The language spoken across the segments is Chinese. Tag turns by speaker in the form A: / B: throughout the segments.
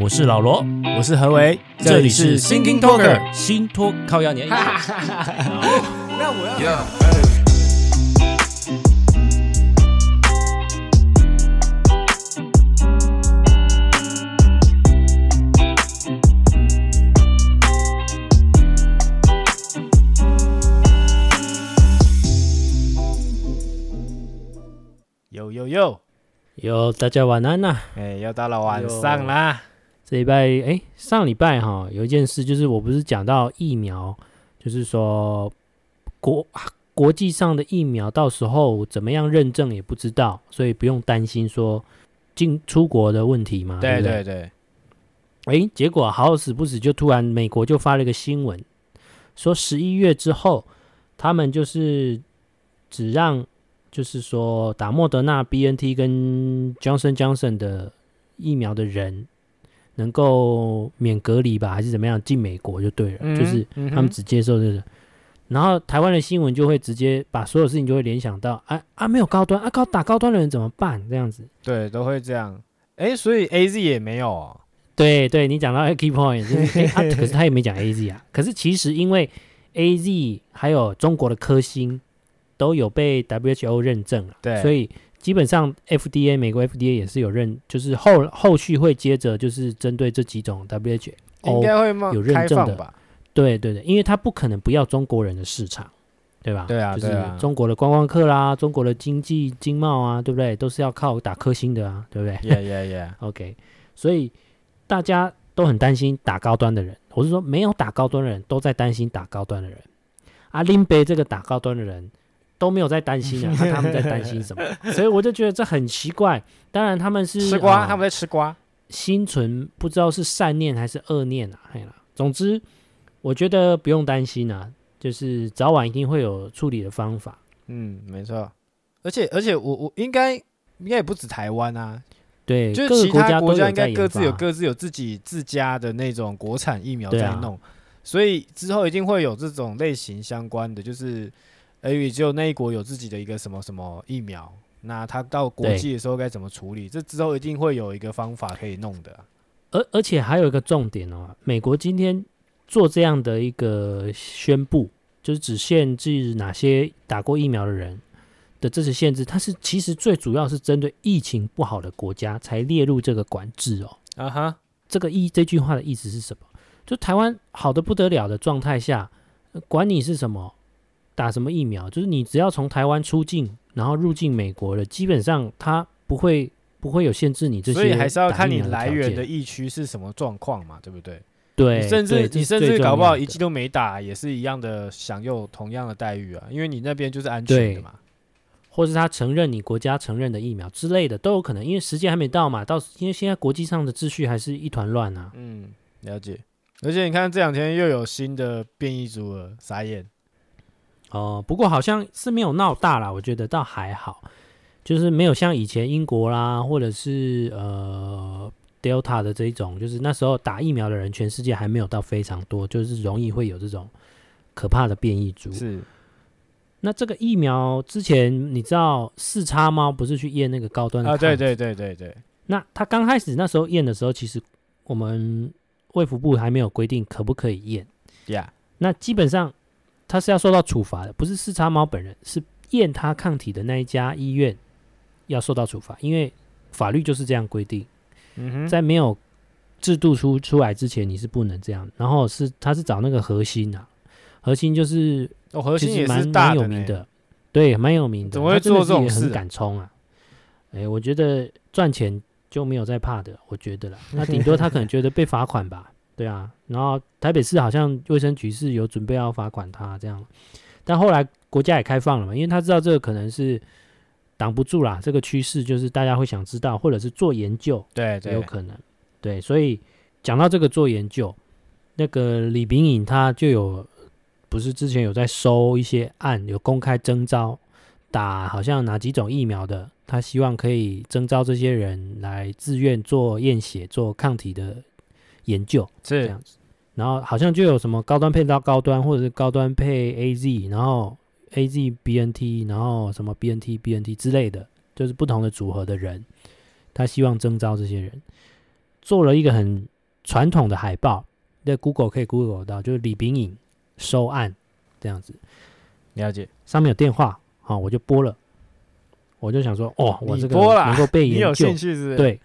A: 我是老罗，
B: 我是何为，这里是 Thinking Talker。
A: 新托靠 压年。
B: 那我要
C: Yeah,
B: Yo Yo Yo，
A: 哟，大家晚安呐、
B: 哎，又到了晚上啦。
A: 这礼拜哎，上礼拜哈有一件事，就是我不是讲到疫苗，就是说国国际上的疫苗到时候怎么样认证也不知道，所以不用担心说进出国的问题嘛。对
B: 对对
A: 不
B: 对，
A: 诶，结果好死不死，就突然美国就发了一个新闻，说十一月之后，他们就是只让，就是说打莫德纳、B N T 跟 Johnson Johnson 的疫苗的人，能够免隔离吧，还是怎么样进美国就对了，就是
B: 嗯哼
A: 他们只接受这个。然后台湾的新闻就会直接把所有事情就会联想到，啊啊没有高端啊高打高端的人怎么办这样子？
B: 对都会这样。哎，所以 A Z 也没有哦。
A: 对对，你讲到 key point，就是、诶啊可是他也没讲 A Z 啊。可是其实因为 A Z 还有中国的科兴都有被 WHO 认证了，
B: 对
A: 所以基本上 FDA 美国 FDA 也是有认，就是后后续会接着就是针对这几种 WHO，
B: 应该会慢
A: 哦有认
B: 开
A: 证
B: 放
A: 的
B: 吧？
A: 对对对，因为他不可能不要中国人的市场，对吧？
B: 对啊
A: 就是
B: 对啊
A: 中国的观光客啦，中国的经济经贸啊，对不对？都是要靠打科兴的啊，对不对？
B: 耶耶耶，
A: OK，所以大家都很担心打高端的人，我是说没有打高端的人都在担心打高端的人。阿林北这个打高端的人都没有在担心啊，那他们在担心 什么？所以我就觉得这很奇怪。当然他们 是
B: 吃瓜，
A: 呃
B: 他们在吃瓜。
A: 心存不知道是善念还是恶念啊，嘿啦。总之，我觉得不用担心啊，就是早晚一定会有处理的方法。
B: 嗯，没错。而且而且我我应该应该也不止台湾啊，
A: 对，
B: 就
A: 各
B: 是
A: 个
B: 其他
A: 国
B: 国家
A: 家都
B: 应该
A: 有在
B: 各自有
A: 研发啊
B: 各自有自己自家的那种国产疫苗
A: 对
B: 在
A: 啊
B: 弄，所以之后一定会有这种类型相关的，就是哎，也只有那一国有自己的一个什么什么疫苗，那它到国
A: 对
B: 际的时候该怎么处理？这之后一定会有一个方法可以弄的啊。
A: 而而且还有一个重点哦，美国今天做这样的一个宣布，就是只限制哪些打过疫苗的人的这些限制，它是其实最主要是针对疫情不好的国家才列入这个管制哦。
B: 啊哈，
A: 这个意这句话的意思是什么？就台湾好的不得了的状态下，呃管你是什么打什么疫苗，就是你只要从台湾出境，然后入境美国了，基本上它不会不会有限制你这些打
B: 所
A: 疫苗
B: 以
A: 的条件，
B: 还是要看你来源的疫区是什么状况嘛，对不对？
A: 对，
B: 你甚
A: 对
B: 至
A: 这
B: 你
A: 是
B: 甚
A: 最
B: 至
A: 重
B: 搞不
A: 要
B: 好
A: 的
B: 一剂都没打，也是一样的享有同样的待遇啊，因为你那边就是安全
A: 对
B: 的嘛。
A: 或是他承认你国家承认的疫苗之类的都有可能，因为时间还没到嘛，到时因为现在国际上的秩序还是一团乱啊。
B: 嗯，了解。而且你看这两天又有新的变异株了，傻眼。
A: 哦、不过好像是没有闹大啦，我觉得倒还好，就是没有像以前英国啦，或者是呃 Delta 的这一种，就是那时候打疫苗的人全世界还没有到非常多，就是容易会有这种可怕的变异株。
B: 是，
A: 那这个疫苗之前你知道四叉猫不是去验那个高端的
B: 啊，对
A: 抗体
B: 对对对对，
A: 那他刚开始那时候验的时候，其实我们卫福部还没有规定可不可以验。
B: 呀、
A: 那基本上他是要受到处罚的，不是四叉猫本人，是验他抗体的那一家医院要受到处罚，因为法律就是这样规定，
B: 嗯哼，
A: 在没有制度出出来之前，你是不能这样。然后是他是找那个核心啊，核心就是
B: 哦，核
A: 其
B: 心
A: 实
B: 也是
A: 蛮
B: 大
A: 蛮有
B: 呢
A: 名，的，对，蛮有名的。
B: 怎么会
A: 他真的
B: 做这
A: 是
B: 种
A: 也
B: 事
A: 很
B: 啊
A: 敢冲啊！哎，我觉得赚钱就没有在怕的，我觉得啦。那顶多他可能觉得被罚款吧，对啊。然后台北市好像卫生局是有准备要罚款他这样，但后来国家也开放了嘛，因为他知道这个可能是挡不住啦，这个趋势就是大家会想知道，或者是做研究，
B: 对
A: 也有
B: 对，
A: 可能。对，所以讲到这个做研究，那个李炳颖他就有，不是之前有在收一些案，有公开征招打好像哪几种疫苗的，他希望可以征招这些人来自愿做验血、做抗体的研究。这
B: 是
A: 样子。然后好像就有什么高端配到高端，或者是高端配 A Z，然后 A Z B N T，然后什么 B N T B N T 之类的，就是不同的组合的人，他希望征召这些人，做了一个很传统的海报，在 Google 可以 Google 到，就是李炳颖收案这样子，
B: 了解。
A: 上面有电话，好、我就拨了，我就想说，哦，我
B: 你
A: 这个
B: 拨啦
A: 能够被
B: 你有
A: 研究
B: 兴，趣是不是？，
A: 对，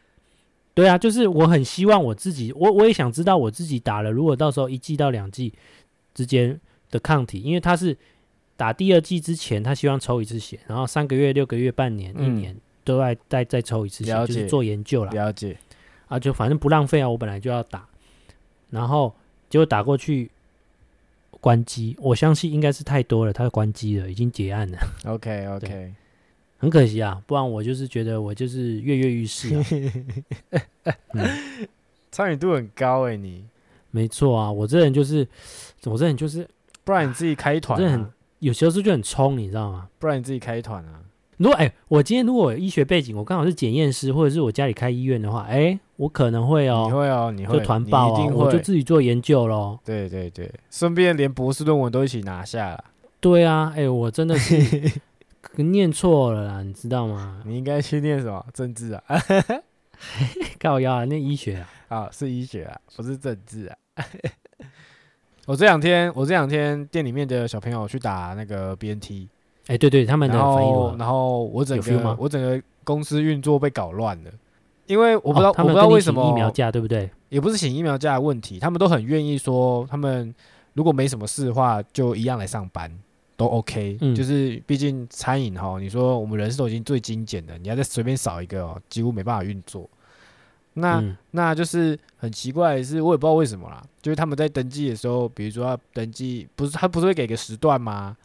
A: 对啊，就是我很希望我自己，我我也想知道我自己打了，如果到时候一剂到两剂之间的抗体，因为他是打第二剂之前，他希望抽一次血，然后三个月、六个月、半年、一
B: 嗯
A: 年都在再再抽一次血，
B: 了
A: 就
B: 解
A: 是做研究啦。
B: 了解。
A: 啊，就反正不浪费啊，我本来就要打，然后结果打过去关机，我相信应该是太多了，它关机了，已经结案了，
B: OK OK，
A: 很可惜啊，不然我就是觉得我就是跃跃欲试、啊，
B: 参与度很高哎、你
A: 没错啊，我这人就是，我这人就是
B: 不然你自己开一团、
A: 我真的
B: 啊
A: 很，有时候就很冲，你知道吗？
B: 不然你自己开一团啊。
A: 如果哎、我今天如果有医学背景，我刚好是检验师，或者是我家里开医院的话，哎、我可能会
B: 你
A: 哦，
B: 会哦，你会，
A: 就团报
B: 你一
A: 哦，
B: 定
A: 我就
B: 会。
A: 自己做研究喽。
B: 对对对，顺便连博士论文都一起拿下了。
A: 对啊，哎、我真的是 念错了啦，你知道吗？
B: 你应该去念什么政治啊？
A: 靠腰啊，那医学啊，
B: 啊，是医学啊，不是政治啊。 我这两天，我这两天店里面的小朋友去打那个 BNT，
A: 哎、对对，他们的
B: 然
A: 反应如
B: 后
A: 何？
B: 然后我整
A: 有 feel 吗
B: 个我整个公司运作被搞乱了，因为我不知道、
A: 哦他
B: 我不
A: 们
B: 知道
A: 跟你
B: 为
A: 请
B: 什么
A: 疫苗价对不对？
B: 也不是请疫苗假的问题，他们都很愿意说，他们如果没什么事的话，就一样来上班，都 OK、
A: 嗯
B: 就是毕竟餐饮哈，你说我们人手已经最精简的，你要再随便少一个哦，几乎没办法运作。那、
A: 嗯
B: 那就是很奇怪的是，我也不知道为什么啦，就是他们在登记的时候，比如说要登记，不是他不是会给个时段吗？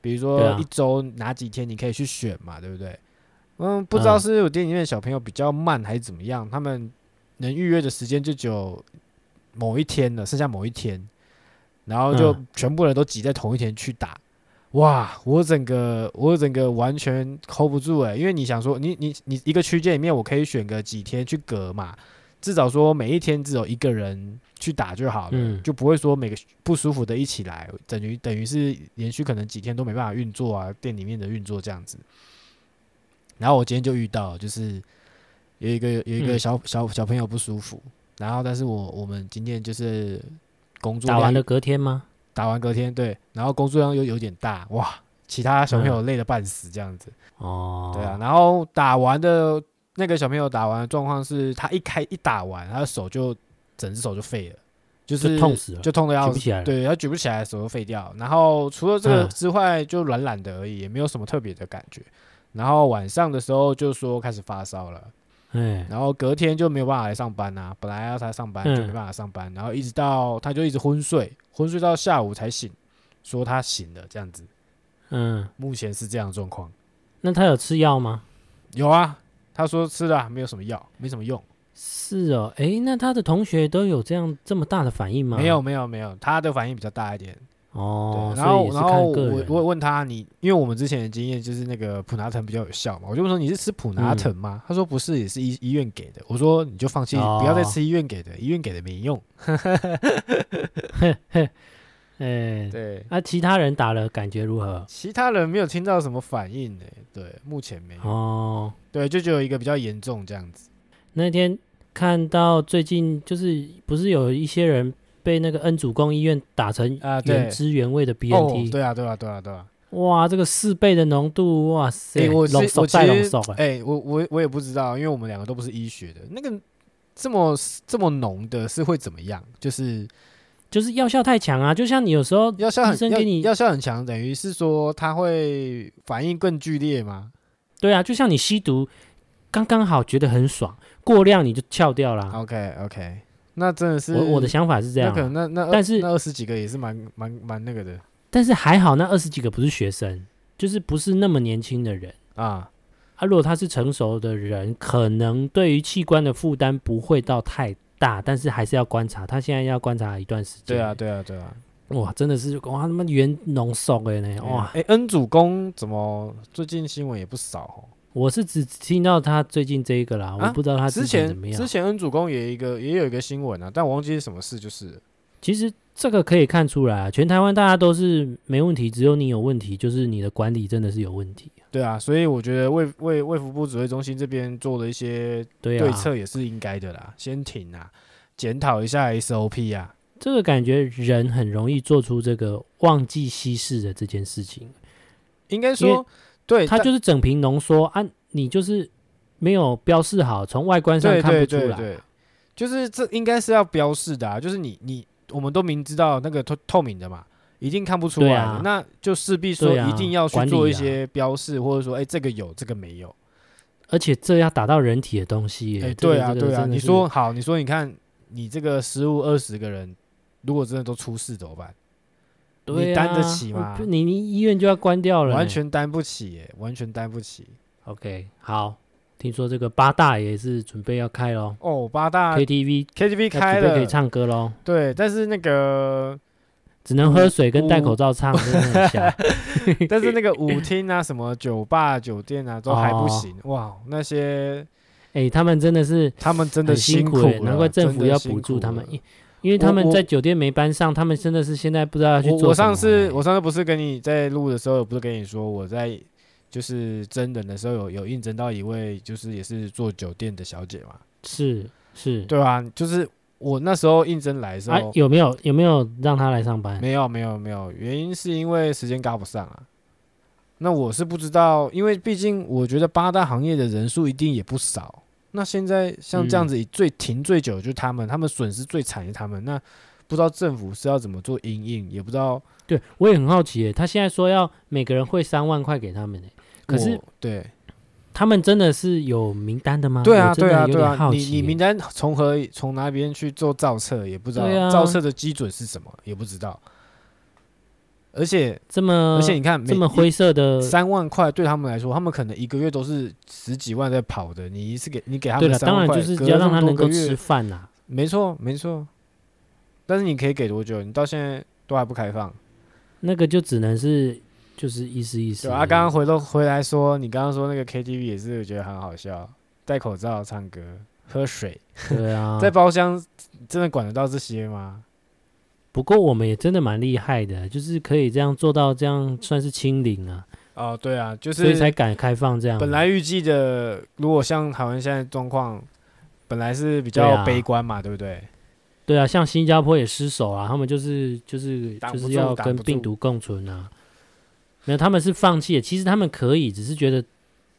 B: 比如
A: 对
B: 说
A: 啊
B: 一周哪几天你可以去选嘛，对不对？嗯，不知道
A: 嗯
B: 是我店里面的小朋友比较慢还是怎么样，他们能预约的时间就只有某一天了，剩下某一天，然后就
A: 嗯
B: 全部人都挤在同一天去打。哇！我整个我整个完全 hold 不住哎、因为你想说，你你你一个区间里面，我可以选个几天去隔嘛，至少说每一天只有一个人去打就好了，
A: 嗯
B: 就不会说每个不舒服的一起来，等于等于是连续可能几天都没办法运作啊，店里面的运作这样子。然后我今天就遇到，就是有一个有一个
A: 嗯
B: 小、小小朋友不舒服，然后但是我我们今天就是工作
A: 打完
B: 量
A: 了隔天吗？
B: 打完隔天对，然后工作量又有点大哇，其他小朋
A: 嗯
B: 友累得半死这样子。
A: 哦，
B: 对啊，，然后打完的那个小朋友打完的状况是，他一开一打完，他的手就整只手就废了，就是
A: 就痛死了
B: 就痛的要死
A: 举不。起来了。
B: 对，他举不起来，手都废掉。然后除了这个
A: 嗯
B: 之外，就软软的而已，也没有什么特别的感觉。然后晚上的时候就说开始发烧了，
A: 哎，
B: 然后隔天就没有办法来上班啊，本来要他上班就
A: 嗯
B: 没办法上班，然后一直到他就一直昏睡，昏睡到下午才醒，说他醒了这样子。
A: 嗯，
B: 目前是这样的状况。
A: 那他有吃药吗？
B: 有啊，他说吃了啊、没有什么药，没什么用。
A: 是哦，哎，那他的同学都有这样这么大的反应吗？
B: 没有没有没有，他的反应比较大一点。对
A: 嗯哦，
B: 然
A: 所以
B: 后
A: 也是
B: 然后
A: 看个
B: 我
A: 人。
B: 我也问他你，因为我们之前的经验就是那个普拿疼比较有效嘛，我就问说你是吃普拿疼吗？他说不是，也是医医院给的。我说你就放弃，
A: 嗯哦
B: 不要再吃医院给的，医院给的没用。
A: 哎，
B: 对，
A: 那其他人打了感觉如何？
B: 其他人没有听到什么反应呢、对，目前没有。
A: 哦，
B: 对，就只有一个比较严重这样子。
A: 那天看到最近就是不是有一些人被那个恩主公医院打成
B: 啊对
A: 原汁原味的
B: 哦
A: BNT，、，
B: 对啊，对啊，对啊，对啊。
A: 哇，这个四倍的浓度，哇塞，
B: 欸我是
A: 浓缩
B: 我其
A: 再浓
B: 实
A: 缩了，
B: 哎、我我我也不知道，因为我们两个都不是医学的，那个这么这么浓的是会怎么样？就是
A: 就是药效太强啊！就像你有时候
B: 药效
A: 医
B: 很
A: 生
B: 药
A: 给你
B: 药效很强，等于是说它会反应更剧烈吗？
A: 对啊，就像你吸毒刚刚好觉得很爽，过量你就翘掉啦。
B: OK OK，那真的是
A: 我我的想法是这
B: 那
A: 样
B: 可
A: 啊、
B: 能那那
A: 但是
B: 那二十几个也是蛮蛮蛮那个的
A: 但是还好那二十几个不是学生，就是不是那么年轻的人。
B: 啊，
A: 啊，如果他是成熟的人，可能对于器官的负担不会到太大，但是还是要观察。他现在要观察一段时间。
B: 对啊，对啊对啊，
A: 哇，真的是哇，他妈原浓缩的呢！欸哇，
B: 哎、恩主公怎么最近新闻也不少哦？
A: 我是只听到他最近这一个啦，我不知道他
B: 之
A: 前
B: 前
A: 怎么样
B: 啊之。前恩主公也一个也有一个新闻啊，但我忘记是什么事，就是了
A: 其实这个可以看出来啊，全台湾大家都是没问题，只有你有问题，就是你的管理真的是有问题。
B: 对啊，所以我觉得卫卫卫福部指挥中心这边做的一些
A: 对啊，
B: 对策也是应该的啦，先停啊，检讨一下 SOP 啊。
A: 这个感觉人很容易做出这个忘记稀释的这件事情，
B: 应该
A: 因为
B: 说，对，
A: 它
B: 但
A: 就是整瓶浓缩啊，你就是没有标示好，从外观上
B: 对
A: 看不
B: 对
A: 出
B: 对
A: 来。
B: 对，就是这应该是要标示的啊，就是你你我们都明知道那个透透明的嘛，一定看不出来
A: 对
B: 的，
A: 啊
B: 那就势必说
A: 对啊
B: 一定要去
A: 管理
B: 做一
A: 啊
B: 些标示，或者说哎、这个有这个没有，
A: 而且这要打到人体的东西耶，
B: 哎、
A: 这个
B: 对啊
A: 这个
B: 对啊，
A: 真的
B: 你
A: 是
B: 说好，你说你看你这个十五二十个人，如果真的都出事怎么办？
A: 对
B: 你担得
A: 啊
B: 起
A: 我
B: 吗
A: 不你你医院就要关掉了呢，
B: 完全担不起、耶，完全担不起。
A: OK。好，听说这个八大也是准备要开喽
B: 哦，八大
A: ，KTV
B: KTV
A: 要
B: 开
A: 呃准备可
B: 了
A: 以，唱歌喽，
B: 对，但是那 个
A: 只能喝水跟戴口罩唱，真的 很瞎。
B: 但是那个舞厅啊，什么酒吧、酒店啊，都还不行。
A: 哦
B: 哇，那些
A: 哎，他们真的是
B: 他们真的
A: 很辛
B: 苦
A: 耶
B: 了，
A: 难怪政府
B: 真的
A: 要
B: 辛
A: 补助
B: 苦
A: 他们
B: 了，
A: 因因为他
B: 我
A: 们
B: 我
A: 在酒店没班上，他们真的是现在不知道要去
B: 我
A: 做
B: 我
A: 什么
B: 上次
A: 耶
B: 我上次不是跟你在录的时候，不是跟你说我在就是真人的时候有有应征到一位就是也是做酒店的小姐嘛，
A: 是是
B: 对啊，就是我那时候应征来的时
A: 啊
B: 候，
A: 有没有有没有让他来上班？
B: 没有没有没有，原因是因为时间赶不上啊。那我是不知道，因为毕竟我觉得八大行业的人数一定也不少。那现在像这样
A: 嗯
B: 子，最停最久就是他们，他们损失最惨是他们。那不知道政府是要怎么做因应，也不知道
A: 对我也很好奇欸耶，他现在说要每个人汇三万块给他们耶欸可是
B: 我对
A: 他们真的是有名单的吗？
B: 对啊
A: 我真
B: 对
A: 的
B: 啊
A: 有
B: 对
A: 点
B: 啊，
A: 好
B: 你
A: 奇欸
B: 你
A: 耶
B: 名单从何从哪边去做造册也不知道
A: 对，啊
B: 造册的基准是什么也不知道。而且
A: 这么
B: 而且你看，每
A: 嗯这么
B: 一
A: 灰色的，
B: 三万块对他们来说，他们可能一个月都是十几万在跑的。你一次给你给他
A: 对
B: 们
A: 了，
B: 三
A: 当
B: 万
A: 然
B: 块，
A: 就是
B: 隔
A: 要
B: 了
A: 让
B: 这么
A: 他
B: 多
A: 能
B: 个
A: 够
B: 月
A: 吃饭啊呐、
B: 没错没错。但是你可以给多久？你到现在都还不开放。
A: 那个就只能是就是意思意思
B: 对
A: 而已。
B: 啊，刚刚回头回来说，你刚刚说那个 KTV 也是，我觉得很好笑，戴口罩唱歌。喝水，
A: 对 啊，
B: 在包厢真的管得到这些吗？
A: 不过我们也真的蛮厉害的，就是可以这样做到这样算是清零啊，
B: 哦，对啊，就
A: 所以才
B: 是
A: 敢开放这样。
B: 本来预计的，如果像台湾现在状况，本来是比
A: 对
B: 较
A: 啊
B: 悲观嘛，对不对？
A: 对啊，像新加坡也失守啊，他们就是就是
B: 挡
A: 就
B: 不住
A: 是要跟病毒共存啊。没有，他们是放弃了，其实他们可以，只是觉得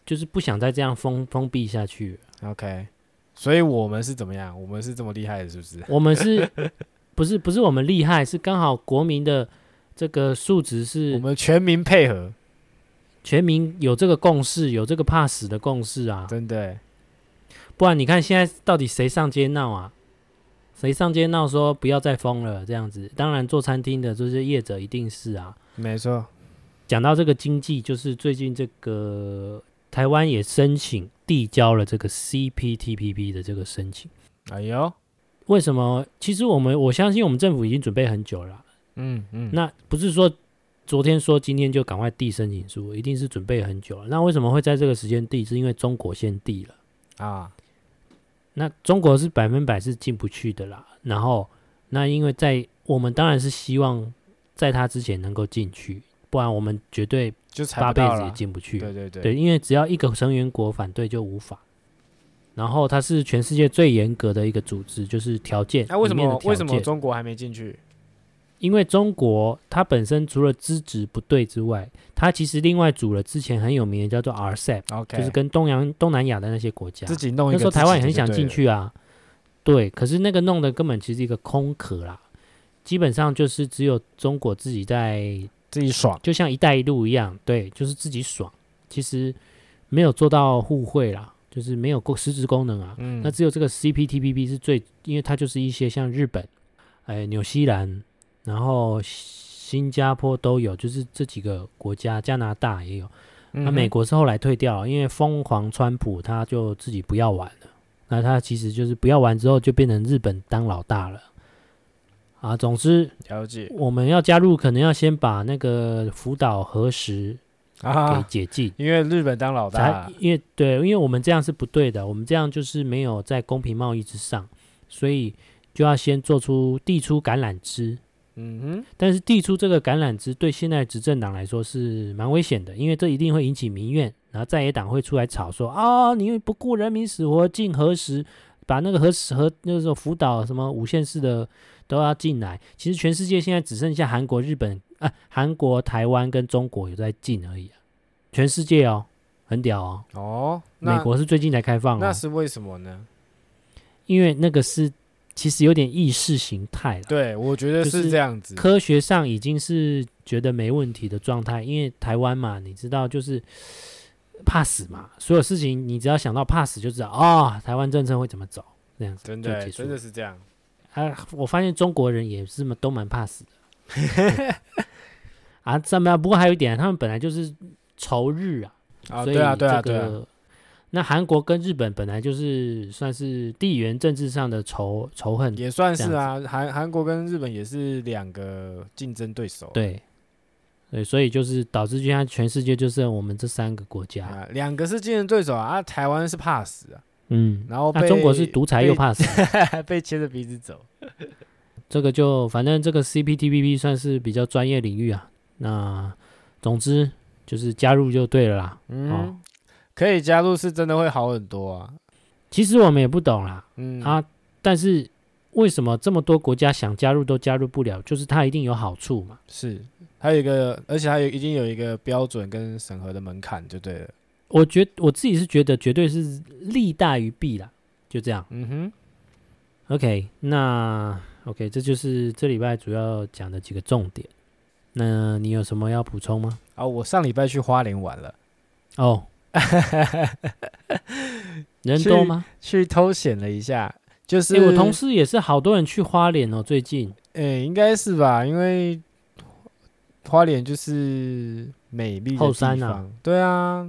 A: 就是不想再这样封封闭下去。
B: OK，所以我们是怎么样？我们是这么厉害的，是不是？
A: 我 们是不是不是我们厉害，是刚好国民的这个数值
B: 我
A: 是
B: 们全民配合，
A: 全民有这个共识，有这个怕死的共识啊。
B: 真的欸。
A: 不然你看现在到底谁上街闹啊？谁上街闹说不要再封了这样子？当然，做餐厅的就是业者一定是啊。
B: 没错，
A: 讲到这个经济，就是最近这个台湾也申请递交了这个 CPTPP 的这个申请。
B: 哎呦，
A: 为什么？其实我们我相信我们政府已经准备很久了啊，
B: 嗯嗯，
A: 那不是说昨天说今天就赶快递申请书，一定是准备很久了。那为什么会在这个时间递？是因为中国先递了。
B: 啊，
A: 那中国是百分百是进不去的啦。然后，那因为在我们当然是希望在他之前能够进去，不然我们绝对
B: 就踩
A: 八
B: 不
A: 辈
B: 到
A: 子也
B: 了。
A: 进不去。
B: 对对对，
A: 对，因为只要一个成员国反对就无法。然后它是全世界最严格的一个组织，就是条件。
B: 那为什
A: 里面的
B: 么
A: 条
B: 为什么
A: 件
B: 中国还没进去？
A: 因为中国它本身除了资质不对之外，它其实另外组了之前很有名的叫做 RCEP，
B: OK，
A: 就是跟东洋东南亚的那些国家。
B: 自己弄一
A: 那
B: 个。
A: 时候台湾也很想
B: 自己
A: 进
B: 就对了，
A: 去啊，对，可是那个弄的根本其实一个空壳啦，基本上就是只有中国自己在，
B: 自己爽。
A: 就像“一带一路”一样，对，就是自己爽，其实没有做到互惠啦，就是没有够实质功能啊。
B: 嗯，
A: 那只有这个 CPTPP 是最，因为它就是一些像日本、哎纽西兰，然后新加坡都有，就是这几个国家，加拿大也有。
B: 嗯
A: 那
B: 哼
A: 美国是后来退掉了，因为疯狂川普他就自己不要玩了。那他其实就是不要玩之后就变成日本当老大了。啊，总之
B: 了解
A: 我们要加入，可能要先把那个福岛核实给
B: 啊，
A: 解禁，
B: 因为日本当老大
A: 才，因为对，因为我们这样是不对的，我们这样就是没有在公平贸易之上，所以就要先做出递出橄榄枝。
B: 嗯
A: 但是递出这个橄榄枝对现在执政党来说是蛮危险的，因为这一定会引起民怨，然后在野党会出来吵说啊、你不顾人民死活，竟何时？把那个核实核那种福岛什么五县市的都要进来。其实全世界现在只剩下韩国、日本啊，韩国、台湾跟中国有在进而已、啊。全世界哦，很屌哦。
B: 哦，
A: 美
B: 那
A: 国是最近才开放、
B: 那
A: 哦，
B: 是为什么呢？
A: 因为那个是其实有点意识形态了。
B: 对，我觉得
A: 就是是
B: 这样子。
A: 科学上已经是觉得没问题的状态，因为台湾嘛，你知道就是怕死嘛，所有事情你只要想到怕死就知道哦，台湾政策会怎么走，这样子
B: 真
A: 就
B: 的欸，
A: 结束
B: 真
A: 了
B: 的。是这样。
A: 啊，我发现中国人也是蛮都蛮怕死的。 啊，这么样？不过还有一点，他们本来就是仇日啊，
B: 啊，
A: 所以
B: 对啊，对啊，
A: 这
B: 对
A: 个
B: 啊，
A: 那韩国跟日本本来就是算是地缘政治上的仇仇恨，
B: 也算是啊。韩韩国跟日本也是两个竞争对手。
A: 对，对，所以就是导致现在全世界就剩我们这三个国家，
B: 啊，两个是竞争对手啊，啊台湾是怕死啊，
A: 嗯，
B: 然后
A: 那、
B: 被
A: 中国是独裁又怕死， 哦
B: 被被牵着鼻子走。
A: 这个就反正这个 CPTPP 算是比较专业领域啊。那总之就是加入就对了啦。
B: 嗯
A: 哦，
B: 可以加入是真的会好很多啊。
A: 其实我们也不懂啦，
B: 嗯
A: 啊，但是为什么这么多国家想加入都加入不了？就是它一定有好处嘛。
B: 是，还有一个，而且它有一定有一个标准跟审核的门槛，就对了。
A: 我觉我自己是觉得绝对是利大于弊啦，就这样。
B: 嗯哼，
A: OK，那 OK，这就是这礼拜主要讲的几个重点。那你有什么要补充吗？
B: 啊，我上礼拜去花莲玩了，
A: 哦，人多吗？
B: 去偷闲了一下，就是、
A: 诶我同事也是好多人去花莲哦，最近。
B: 诶、应该是吧，因为花莲就是美丽的
A: 后
B: 地
A: 山啊
B: 方对啊，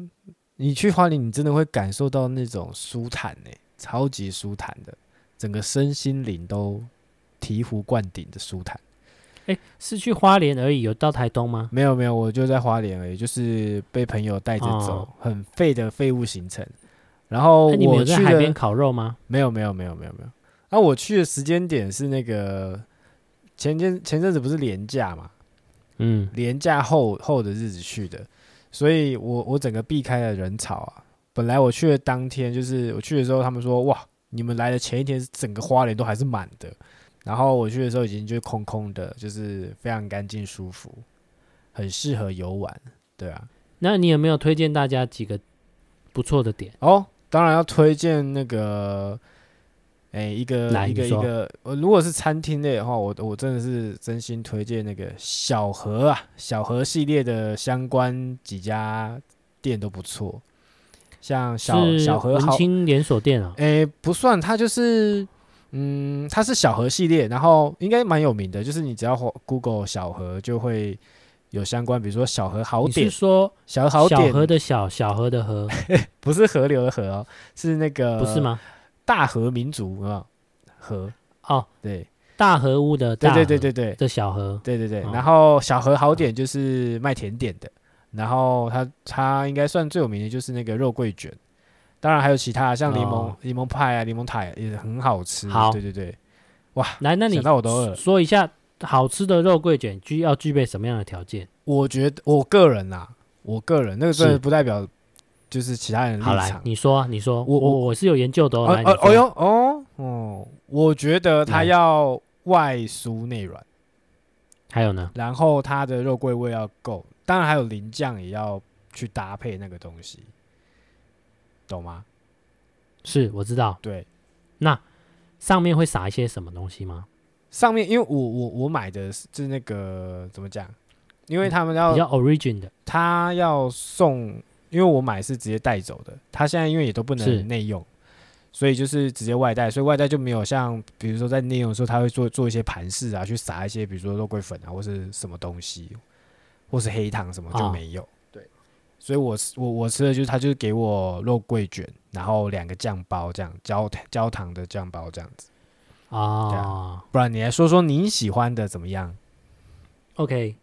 B: 你去花莲，你真的会感受到那种舒坦呢、超级舒坦的，整个身心灵都醍醐灌顶的舒坦。
A: 哎，是去花莲而已，有到台东吗？
B: 没有没有，我就在花莲而已，就是被朋友带着走，
A: 哦
B: 很废的废物行程。然后
A: 那、你们
B: 我
A: 有
B: 去
A: 在海
B: 的
A: 边烤肉吗？
B: 没有没有没有没有没有，啊，我去的时间点是那个前阵前阵子不是廉假嘛，
A: 嗯，
B: 廉假后后的日子去的，所以我我整个避开了人潮啊。本来我去的当天，就是我去的时候，他们说哇，你们来的前一天是整个花莲都还是满的，然后我去的时候已经就空空的，就是非常干净舒服，很适合游玩，对啊。
A: 那你有没有推荐大家几个不错的点？
B: 哦，当然要推荐那个，哎、一个
A: 来
B: 一个
A: 你
B: 一
A: 说
B: 个，呃，如果是餐厅类的话，我我真的是真心推荐那个小河啊，小河系列的相关几家店都不错，像小
A: 是
B: 小河
A: 文
B: 好，
A: 青连锁店啊、
B: 哎、不算，它就是。嗯，它是小河系列，然后应该蛮有名的，就是你只要 Google 小河就会有相关，比如说小河好
A: 你是
B: 点、
A: 说
B: 小河好
A: 小
B: 点，
A: 河的小，小河的河，
B: 不是河流的河哦，是那个
A: 不是吗？
B: 大和民族啊，和
A: 哦，
B: 对
A: 大河屋的
B: 对
A: 大
B: 对对
A: 河
B: 对对
A: 的小河，
B: 对对对。
A: 哦
B: 然后小和好点就是卖甜点的，然后它它应该算最有名的就是那个肉桂卷，当然还有其他像柠檬
A: 哦
B: 柠檬派啊、柠檬塔也很好吃。
A: 好
B: 对对对，
A: 来，那你
B: 想到我都饿了。
A: 说一下好吃的肉桂卷具要具备什么样的条件？
B: 我觉得我个人啦、我个人那个真的
A: 是
B: 不代表就是其他人的
A: 好
B: 立
A: 来
B: 场，。
A: 你说啊，你说，
B: 我我
A: 我我我是有研究的哦。
B: 哦
A: 来你
B: 哦哦
A: 说
B: 哟哦哦，我觉得它
A: 来
B: 要外酥内软。
A: 还有呢？
B: 然后它的肉桂味要够，当然还有淋酱也要去搭配那个东西，懂吗？
A: 是我知道
B: 对，
A: 上面会撒一些什么东西吗？
B: 上面因为我我我买的是是那个怎么讲？因为他们
A: 嗯比
B: 要
A: 较 origin 的，
B: 他要送，因为我买是直接带走的，他现在因为也都不
A: 是
B: 能内用，所以就是直接外带，所以外带就没有像比如说在内用的时候，他会做做一些盘饰啊，去撒一些比如说肉桂粉啊，或是什么东西，或是黑糖什么就
A: 啊
B: 没有。对，所以我吃我我吃的就是他就是给我肉桂卷，然后两个酱包这样，焦焦糖的酱包这样子。对啊
A: 哦。
B: 不然你来说说你喜欢的怎么样？
A: OK，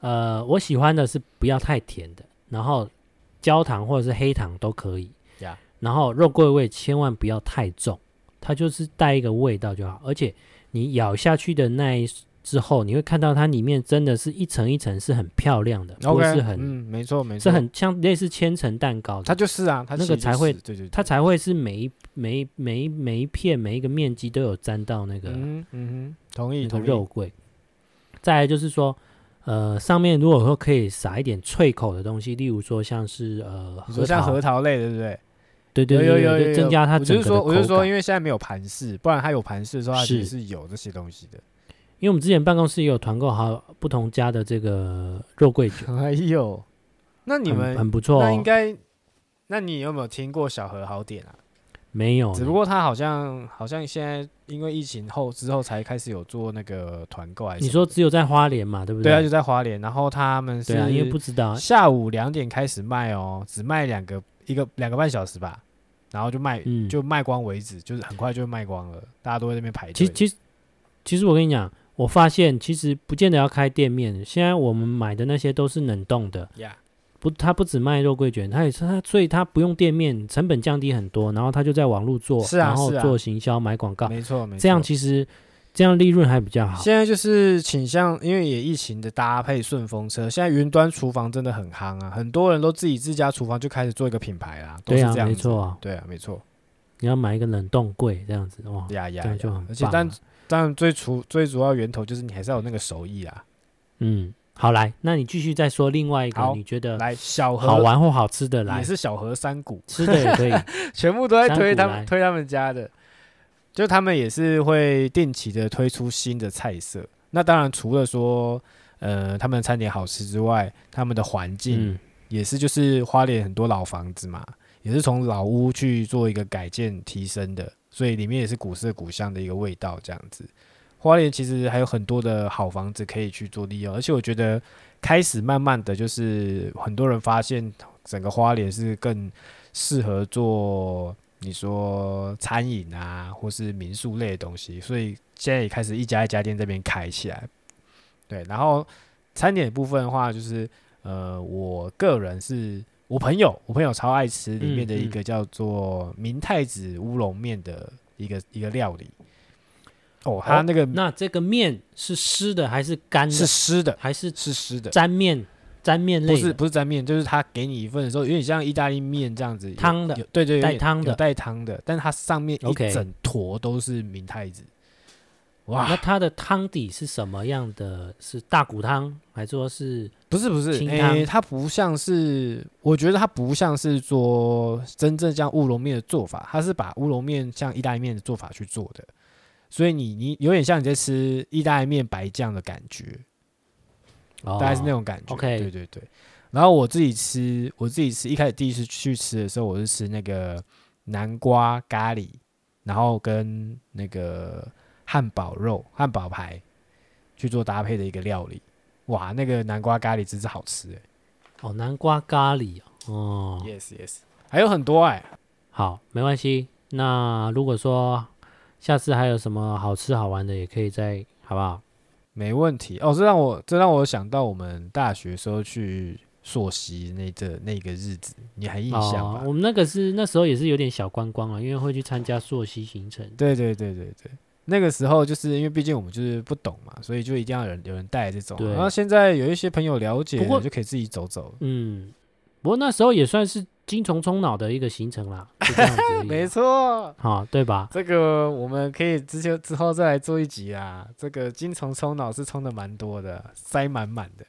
A: 呃，我喜欢的是不要太甜的，然后焦糖或者是黑糖都可以。
B: 呀
A: 然后肉桂味千万不要太重，它就是带一个味道就好。而且你咬下去的那一之后，你会看到它里面真的是一层一层是很漂亮的，不
B: OK，
A: 是很、
B: 嗯，没错没错，
A: 是很像类似千层蛋糕的，
B: 它就是啊，它
A: 那
B: 其
A: 个
B: 实
A: 才
B: 就
A: 会
B: 是对对，对
A: 它才会是每一每一每一每一片每一个面积都有沾到那个、
B: 嗯嗯哼，同意
A: 啊那个
B: 同意，
A: 肉桂。再来就是说，呃，上面如果说可以撒一点脆口的东西，例如说像是呃
B: 你
A: 核
B: 说像核
A: 桃，
B: 桃类的对不对？
A: 对对
B: 有
A: 对
B: 有有有
A: 对，增加它
B: 我就
A: 整
B: 是
A: 个
B: 说，
A: 的口
B: 我就
A: 感。
B: 是说，因为现在没有盘式，不然它有盘式的时候，它其实
A: 是
B: 是有这些东西的。
A: 因为我们之前办公室也有团购好不同家的这个肉桂酒，
B: 哎呦，那你
A: 很
B: 们
A: 很不错、
B: 那应
A: 哦。
B: 该，那你有没有听过小和好点啊？
A: 没有呢，
B: 只不过它好像好像现在因为疫情后之后才开始有做那个团购，还是
A: 你
B: 什么
A: 说只有在花莲嘛，对不
B: 对啊，
A: 对？
B: 就在花莲，然后他们是
A: 对啊，因为不知道啊，
B: 下午两点开始卖哦，只卖两个一个两个半小时吧，然后就卖、
A: 嗯，
B: 就卖光为止，就是很快就卖光了，大家都在那边排队。
A: 其实其实其实我跟你讲，我发现其实不见得要开店面，现在我们买的那些都是冷冻的，
B: 呀
A: 不，它不只卖肉桂卷，它也是它，所以它不用店面，成本降低很多，然后它就在网络做，
B: 是啊
A: 然后
B: 是啊
A: 做行销、买广告，
B: 没错没错，
A: 这样其实这样利润还比较好。
B: 现在就是倾向，因为也疫情的搭配顺风车，现在云端厨房真的很夯啊，很多人都自己自家厨房就开始做一个品牌啦，都
A: 对
B: 是
A: 啊
B: 这，样
A: 没
B: 子，
A: 错啊，
B: 对啊，没错，
A: 你要买一个冷冻柜这样子哇，
B: 呀呀
A: 这样
B: 呀
A: 就很
B: 而且
A: 棒
B: 但
A: 啊。
B: 当然最主最主要源头就是你还是要有那个手艺啊。
A: 嗯，好来，那你继续再说另外一个
B: 好
A: 你觉得
B: 来，小河
A: 好玩或好吃的来
B: 也，是小河山谷，
A: 吃的也可以，
B: 全部都在推他
A: 山谷来
B: 们推他们家的，就他们也是会定期的推出新的菜色。那当然除了说呃他们的餐点好吃之外，他们的环境、
A: 嗯，
B: 也 是就是花莲很多老房子嘛，也是从老屋去做一个改建提升的，所以里面也是古色古香的一个味道这样子。花莲其实还有很多的好房子可以去做利用，而且我觉得开始慢慢的就是很多人发现整个花莲是更适合做你说餐饮啊，或是民宿类的东西，所以现在也开始一家一家店这边开起来。对，然后餐点部分的话，就是呃，我个人是我朋友，我朋友超爱吃里面的一
A: 嗯嗯
B: 个叫做明太子乌龙面的一个一个料理。哦，它
A: 哦
B: 那个
A: 那这个面是湿的还是干的？
B: 是湿的，
A: 还是
B: 是湿的，
A: 沾面？沾面类
B: 不
A: 的
B: 是不是沾面，就是它给你一份的时候，有点像意大利面这样子，有
A: 汤的
B: 有对对，有
A: 带
B: 点
A: 汤的
B: 有带汤的，但它上面一
A: OK
B: 整坨都是明太子，
A: 那
B: 哇，
A: 它的汤底是什么样的？是大骨汤，还是说是
B: 不是不是，
A: 清
B: 诶、
A: 汤
B: 它不像是，我觉得它不像是说真正像乌龙面的做法，它是把乌龙面像意大利面的做法去做的，所以你你有点像你在吃意大利面白酱的感觉，
A: 哦，
B: 大概是那种感觉。
A: OK
B: 对对对。然后我自己吃，我自己吃，一开始第一次去吃的时候，我是吃那个南瓜咖喱，然后跟那个汉堡肉、汉堡排去做搭配的一个料理。哇，那个南瓜咖喱真是好吃哎、
A: 哦，南瓜咖喱哦。哦
B: Yes yes，还有很多哎、
A: 好，没关系。那如果说下次还有什么好吃好玩的，也可以再好不好？
B: 没问题哦。这让我这让我想到我们大学时候去溯溪那的那个日子，你还印象
A: 哦
B: 吧，？
A: 我们那个是那时候也是有点小观光啊，因为会去参加溯溪行程。
B: 对对对对对，那个时候就是因为毕竟我们就是不懂嘛，所以就一定要有人有人带这种。
A: 对
B: 然后现在有一些朋友了解
A: 不过
B: 了，就可以自己走走。
A: 嗯，不过那时候也算是精虫充脑的一个行程啦，就这样子而已啦。
B: 没错，
A: 好、对吧？
B: 这个我们可以之前之后再来做一集啊。这个精虫充脑是充的蛮多的，塞满满的。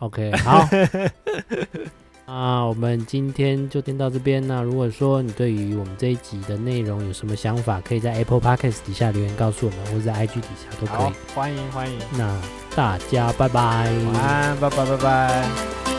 A: OK，好，那我们今天就先到这边。那如果说你对于我们这一集的内容有什么想法，可以在 Apple Podcast 底下留言告诉我们，或者在 IG 底下都可
B: 好
A: 以。，
B: 欢迎欢迎，
A: 那大家拜拜
B: 晚安，拜拜拜拜。